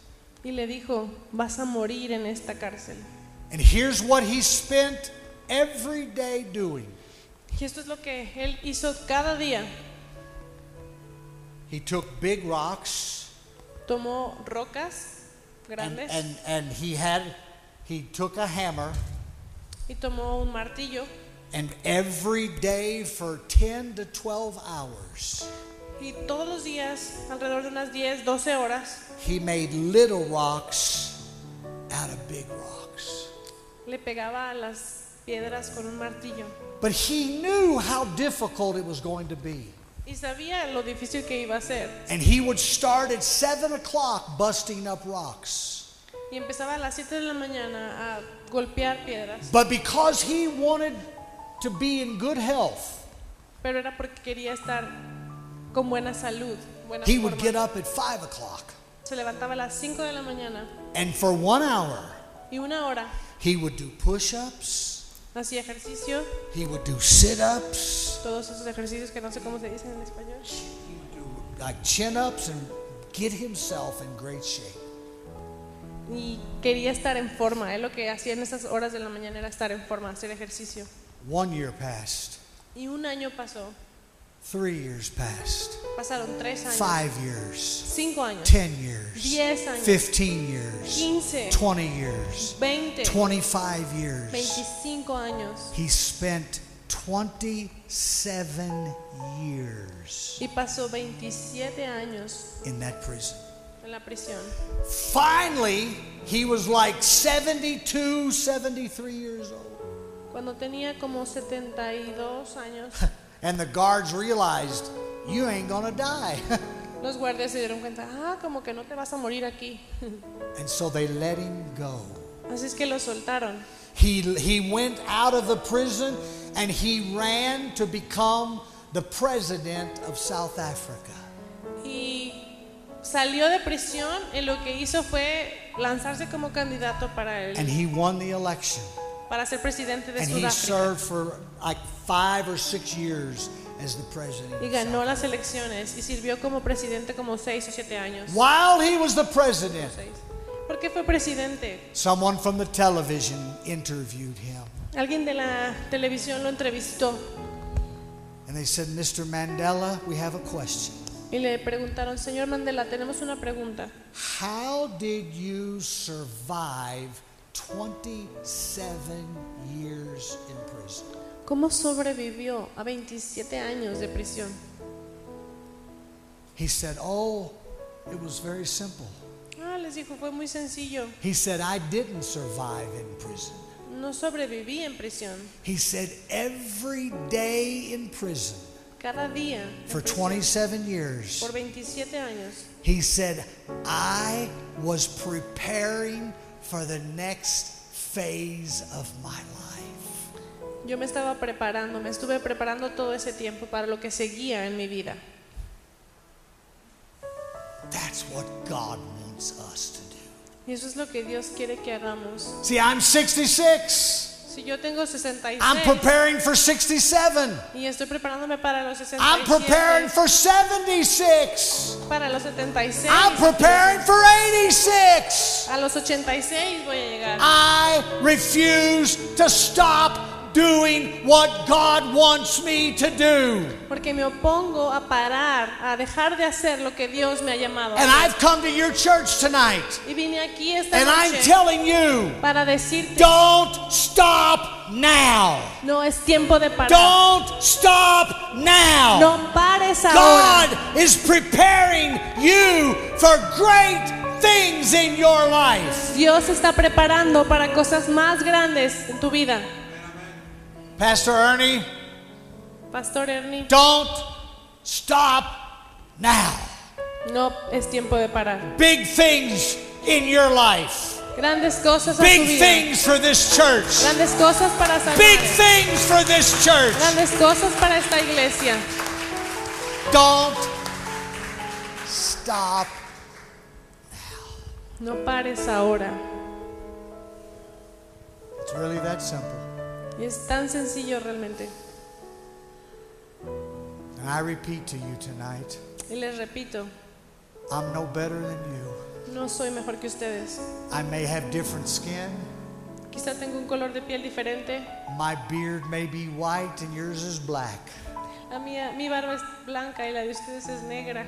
[SPEAKER 1] y le dijo, vas a morir en esta cárcel.
[SPEAKER 2] And here's what he spent every day doing
[SPEAKER 1] Y esto es lo que él hizo cada día.
[SPEAKER 2] he took big rocks
[SPEAKER 1] Tomó rocas
[SPEAKER 2] and,
[SPEAKER 1] grandes
[SPEAKER 2] and, and he had he took a hammer
[SPEAKER 1] y tomó un martillo
[SPEAKER 2] and every day for 10 to 12 hours
[SPEAKER 1] y todos los días, alrededor de unas 10, 12 horas,
[SPEAKER 2] he made little rocks out of big rocks
[SPEAKER 1] le pegaba a las piedras con un martillo.
[SPEAKER 2] but he knew how difficult it was going to be
[SPEAKER 1] Y sabía lo difícil que iba a ser.
[SPEAKER 2] and he would start at 7 o'clock busting up rocks
[SPEAKER 1] Y empezaba a las 7 de la mañana a golpear piedras,
[SPEAKER 2] But because he wanted to be in good health,
[SPEAKER 1] pero era porque quería estar con buena salud. Buena
[SPEAKER 2] he would
[SPEAKER 1] forma.
[SPEAKER 2] get up at five o'clock.
[SPEAKER 1] Se levantaba a las 5 de la mañana
[SPEAKER 2] And for one hour,
[SPEAKER 1] y una hora
[SPEAKER 2] he would do push ups,
[SPEAKER 1] hacía ejercicio,
[SPEAKER 2] he would do sit ups,
[SPEAKER 1] todos esos ejercicios que no sé cómo se dicen en español.
[SPEAKER 2] like chin ups, and get himself in great shape.
[SPEAKER 1] Y quería estar en forma. Él lo que hacía en esas horas de la mañana era estar en forma, hacer ejercicio.
[SPEAKER 2] One year passed,
[SPEAKER 1] Y un año pasó.
[SPEAKER 2] three years passed,
[SPEAKER 1] Pasaron tres años,
[SPEAKER 2] five years,
[SPEAKER 1] cinco años,
[SPEAKER 2] 10 years,
[SPEAKER 1] Diez años.
[SPEAKER 2] 15 years,
[SPEAKER 1] quince,
[SPEAKER 2] 20 years,
[SPEAKER 1] veinte,
[SPEAKER 2] 25 years.
[SPEAKER 1] veinticinco años.
[SPEAKER 2] He spent 27 years.
[SPEAKER 1] Y pasó 27 años
[SPEAKER 2] in that prison.
[SPEAKER 1] en la prisión.
[SPEAKER 2] Finally, he was like 72, 73 years old.
[SPEAKER 1] Cuando tenía como 72 años,
[SPEAKER 2] And the guards realized, you ain't gonna die. <laughs>
[SPEAKER 1] los guardias se dieron cuenta, ah, como que no te vas a morir aquí. <laughs>
[SPEAKER 2] and so they let him go.
[SPEAKER 1] Así es que lo soltaron.
[SPEAKER 2] He, he went out of the prison and he ran to become the president of South Africa.
[SPEAKER 1] Y salió de prisión y lo que hizo fue lanzarse como candidato para,
[SPEAKER 2] And
[SPEAKER 1] el,
[SPEAKER 2] he won the election.
[SPEAKER 1] para ser presidente de
[SPEAKER 2] And he
[SPEAKER 1] Sudáfrica.
[SPEAKER 2] served for like five or six years as the president. of
[SPEAKER 1] Y ganó
[SPEAKER 2] South-
[SPEAKER 1] las elecciones y sirvió como presidente como 6 o 7 años.
[SPEAKER 2] While he was the president,
[SPEAKER 1] Seis. ¿Por qué fue presidente?
[SPEAKER 2] Someone from the television interviewed him.
[SPEAKER 1] Alguien de la televisión lo entrevistó
[SPEAKER 2] And they said, Mr. Mandela, we have a question.
[SPEAKER 1] y le preguntaron, señor Mandela, tenemos una pregunta.
[SPEAKER 2] How did you survive 27 years in prison?
[SPEAKER 1] ¿Cómo sobrevivió a 27 años de prisión?
[SPEAKER 2] He said, Oh, it was very simple.
[SPEAKER 1] Ah, les dijo, fue muy sencillo.
[SPEAKER 2] He said, I didn't survive in prison.
[SPEAKER 1] No sobreviví en prisión.
[SPEAKER 2] He said, Every day in prison
[SPEAKER 1] Cada día. en
[SPEAKER 2] for
[SPEAKER 1] prisión,
[SPEAKER 2] 27 years,
[SPEAKER 1] Por 27 años.
[SPEAKER 2] He said, I was preparing for the next phase of my life.
[SPEAKER 1] Yo me estaba preparando, me estuve preparando todo ese tiempo para lo que seguía en mi vida.
[SPEAKER 2] That's what God wants us to do.
[SPEAKER 1] Y eso es lo que Dios quiere que hagamos.
[SPEAKER 2] See, I'm 66.
[SPEAKER 1] Si yo tengo
[SPEAKER 2] I'm
[SPEAKER 1] 66
[SPEAKER 2] preparing for 67.
[SPEAKER 1] y estoy preparándome para los
[SPEAKER 2] I'm
[SPEAKER 1] 67,
[SPEAKER 2] preparing for 76.
[SPEAKER 1] para los 76,
[SPEAKER 2] I'm preparing for 86. 86.
[SPEAKER 1] A los 86 voy a llegar.
[SPEAKER 2] I refuse to stop doing what God wants me to do.
[SPEAKER 1] Porque me opongo a parar, a dejar de hacer lo que Dios me ha llamado. a
[SPEAKER 2] And
[SPEAKER 1] hacer.
[SPEAKER 2] I've come to your church tonight,
[SPEAKER 1] Y vine aquí esta
[SPEAKER 2] and I'm
[SPEAKER 1] noche
[SPEAKER 2] telling you
[SPEAKER 1] para decirte,
[SPEAKER 2] don't stop now.
[SPEAKER 1] no es tiempo de parar.
[SPEAKER 2] Don't stop now.
[SPEAKER 1] No pares ahora.
[SPEAKER 2] God is preparing you for great things in your life.
[SPEAKER 1] Dios está preparando para cosas más grandes en tu vida.
[SPEAKER 2] Pastor Ernie,
[SPEAKER 1] Pastor Ernie,
[SPEAKER 2] don't stop now.
[SPEAKER 1] no es tiempo de parar.
[SPEAKER 2] Big things in your life.
[SPEAKER 1] Grandes cosas a tu
[SPEAKER 2] Big
[SPEAKER 1] vida.
[SPEAKER 2] things for this church.
[SPEAKER 1] Grandes cosas para sanar.
[SPEAKER 2] Big things for this church.
[SPEAKER 1] Grandes cosas para esta iglesia.
[SPEAKER 2] Don't stop.
[SPEAKER 1] No pares ahora.
[SPEAKER 2] It's really that simple.
[SPEAKER 1] Y es tan sencillo realmente.
[SPEAKER 2] And I repeat to you tonight
[SPEAKER 1] Y les repito,
[SPEAKER 2] I'm no better than you.
[SPEAKER 1] no soy mejor que ustedes.
[SPEAKER 2] I may have different skin.
[SPEAKER 1] Quizá tengo un color de piel diferente.
[SPEAKER 2] My beard may be white and yours is black.
[SPEAKER 1] La mía, mi barba es blanca y la de ustedes es negra.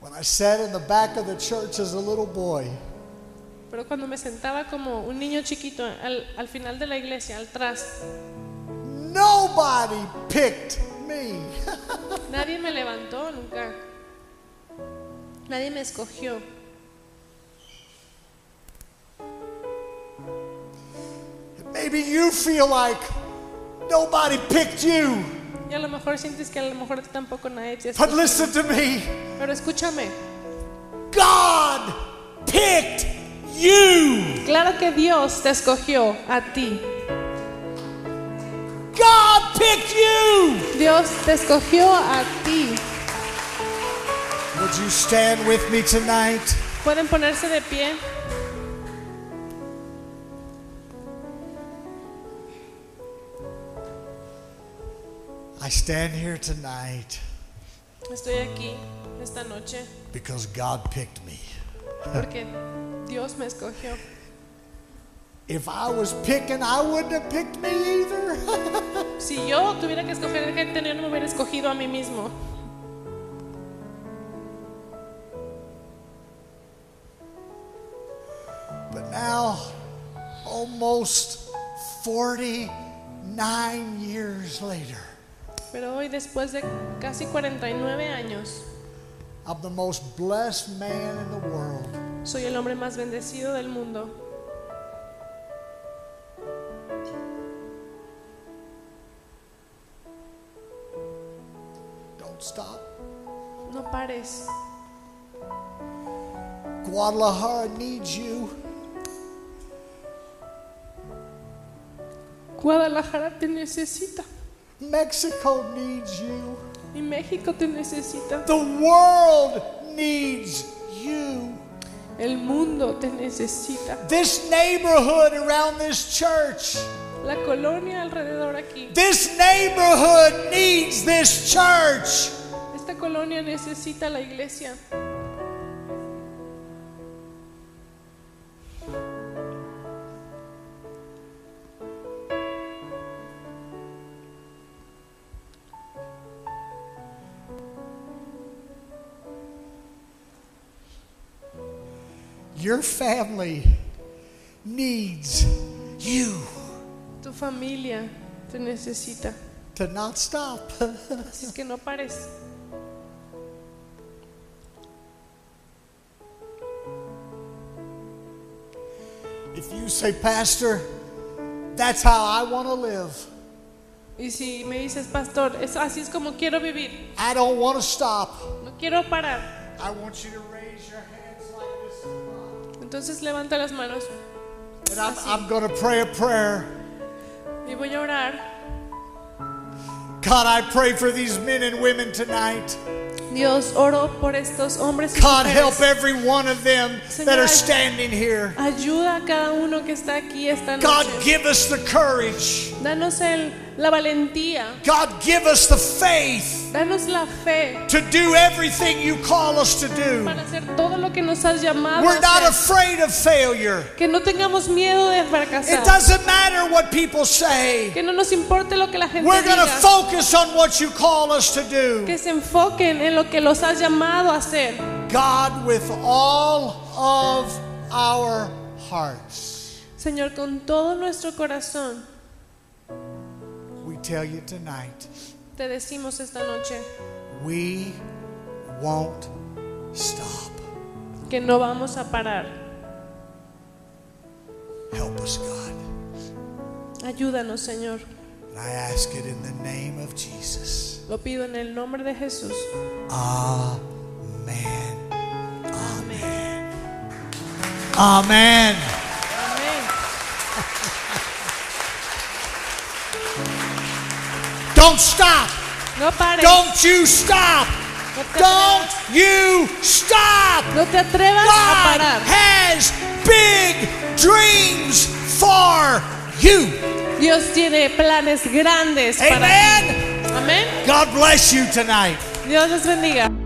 [SPEAKER 2] When I sat in the back of the church as a little boy,
[SPEAKER 1] Pero cuando me sentaba como un niño chiquito al, al final de la iglesia, al tras,
[SPEAKER 2] nobody picked me. <laughs>
[SPEAKER 1] nadie me levantó nunca. Nadie me escogió.
[SPEAKER 2] Maybe you feel like nobody picked you.
[SPEAKER 1] Y a lo mejor sientes que a lo mejor tampoco nadie te
[SPEAKER 2] But
[SPEAKER 1] escogió.
[SPEAKER 2] listen to me
[SPEAKER 1] Pero escúchame,
[SPEAKER 2] God picked you.
[SPEAKER 1] claro que Dios te escogió a ti.
[SPEAKER 2] God picked you.
[SPEAKER 1] Dios te escogió a ti.
[SPEAKER 2] Would you stand with me tonight?
[SPEAKER 1] Pueden ponerse de pie.
[SPEAKER 2] I stand here tonight
[SPEAKER 1] Estoy aquí esta noche
[SPEAKER 2] because God picked me.
[SPEAKER 1] porque Dios me escogió.
[SPEAKER 2] If I was picking, I wouldn't have picked me either. <laughs>
[SPEAKER 1] Si yo tuviera que escoger gente, yo no me hubiera escogido a mí mismo.
[SPEAKER 2] But now, almost 49 years later,
[SPEAKER 1] Pero hoy, después de casi 49 años,
[SPEAKER 2] I'm the most blessed man in the world.
[SPEAKER 1] soy el hombre más bendecido del mundo.
[SPEAKER 2] Don't stop.
[SPEAKER 1] No pares.
[SPEAKER 2] Guadalajara needs you.
[SPEAKER 1] Guadalajara te necesita
[SPEAKER 2] Mexico needs you.
[SPEAKER 1] y México te necesita.
[SPEAKER 2] The world needs you.
[SPEAKER 1] El mundo te necesita.
[SPEAKER 2] This neighborhood around this church,
[SPEAKER 1] La colonia alrededor aquí.
[SPEAKER 2] this neighborhood needs this church.
[SPEAKER 1] Esta colonia necesita la iglesia.
[SPEAKER 2] Your family needs you
[SPEAKER 1] Tu familia te necesita.
[SPEAKER 2] to not stop. <laughs>
[SPEAKER 1] Así es que no pares.
[SPEAKER 2] If you say, Pastor, that's how I want to live,
[SPEAKER 1] Y si me dices, pastor, es, así es como quiero vivir.
[SPEAKER 2] I don't want to stop,
[SPEAKER 1] No quiero parar.
[SPEAKER 2] I want you to raise your hands like this.
[SPEAKER 1] Entonces levanta las manos
[SPEAKER 2] And I'm, I'm going to pray a prayer.
[SPEAKER 1] y voy a orar.
[SPEAKER 2] God, I pray for these men and women tonight.
[SPEAKER 1] Dios, oro por estos hombres y
[SPEAKER 2] God, help
[SPEAKER 1] mujeres.
[SPEAKER 2] every one of them that are
[SPEAKER 1] Señor,
[SPEAKER 2] standing here.
[SPEAKER 1] Ayuda a cada uno que está aquí esta
[SPEAKER 2] God,
[SPEAKER 1] noche.
[SPEAKER 2] give us the courage
[SPEAKER 1] Danos el, la valentía,
[SPEAKER 2] God, give us the faith
[SPEAKER 1] danos la fe
[SPEAKER 2] to do everything you call us to do.
[SPEAKER 1] para hacer todo lo que nos has llamado. a
[SPEAKER 2] We're not
[SPEAKER 1] hacer.
[SPEAKER 2] afraid of failure.
[SPEAKER 1] Que no tengamos miedo de
[SPEAKER 2] It
[SPEAKER 1] fracasar.
[SPEAKER 2] doesn't matter what people say.
[SPEAKER 1] Que no nos importe lo que la gente
[SPEAKER 2] We're going to
[SPEAKER 1] diga.
[SPEAKER 2] focus on what you call us to do.
[SPEAKER 1] Que se enfoquen en lo que los has llamado a hacer.
[SPEAKER 2] God, with all of our hearts,
[SPEAKER 1] Señor, con todo nuestro corazón
[SPEAKER 2] we tell you tonight,
[SPEAKER 1] te decimos esta noche
[SPEAKER 2] we won't stop.
[SPEAKER 1] que no vamos a parar.
[SPEAKER 2] Help us, God.
[SPEAKER 1] Ayúdanos, Señor.
[SPEAKER 2] And I ask it in the name of Jesus.
[SPEAKER 1] Lo pido en el nombre de Jesús.
[SPEAKER 2] Amen.
[SPEAKER 1] Amén. Amén.
[SPEAKER 2] Amen. Don't stop.
[SPEAKER 1] No pares.
[SPEAKER 2] Don't you stop.
[SPEAKER 1] no te
[SPEAKER 2] Don't
[SPEAKER 1] atrevas.
[SPEAKER 2] you stop.
[SPEAKER 1] No te atrevas a
[SPEAKER 2] God
[SPEAKER 1] parar.
[SPEAKER 2] has big dreams for you.
[SPEAKER 1] Dios tiene planes grandes para ti.
[SPEAKER 2] Amen.
[SPEAKER 1] Amén.
[SPEAKER 2] God bless you tonight.
[SPEAKER 1] Dios les bendiga.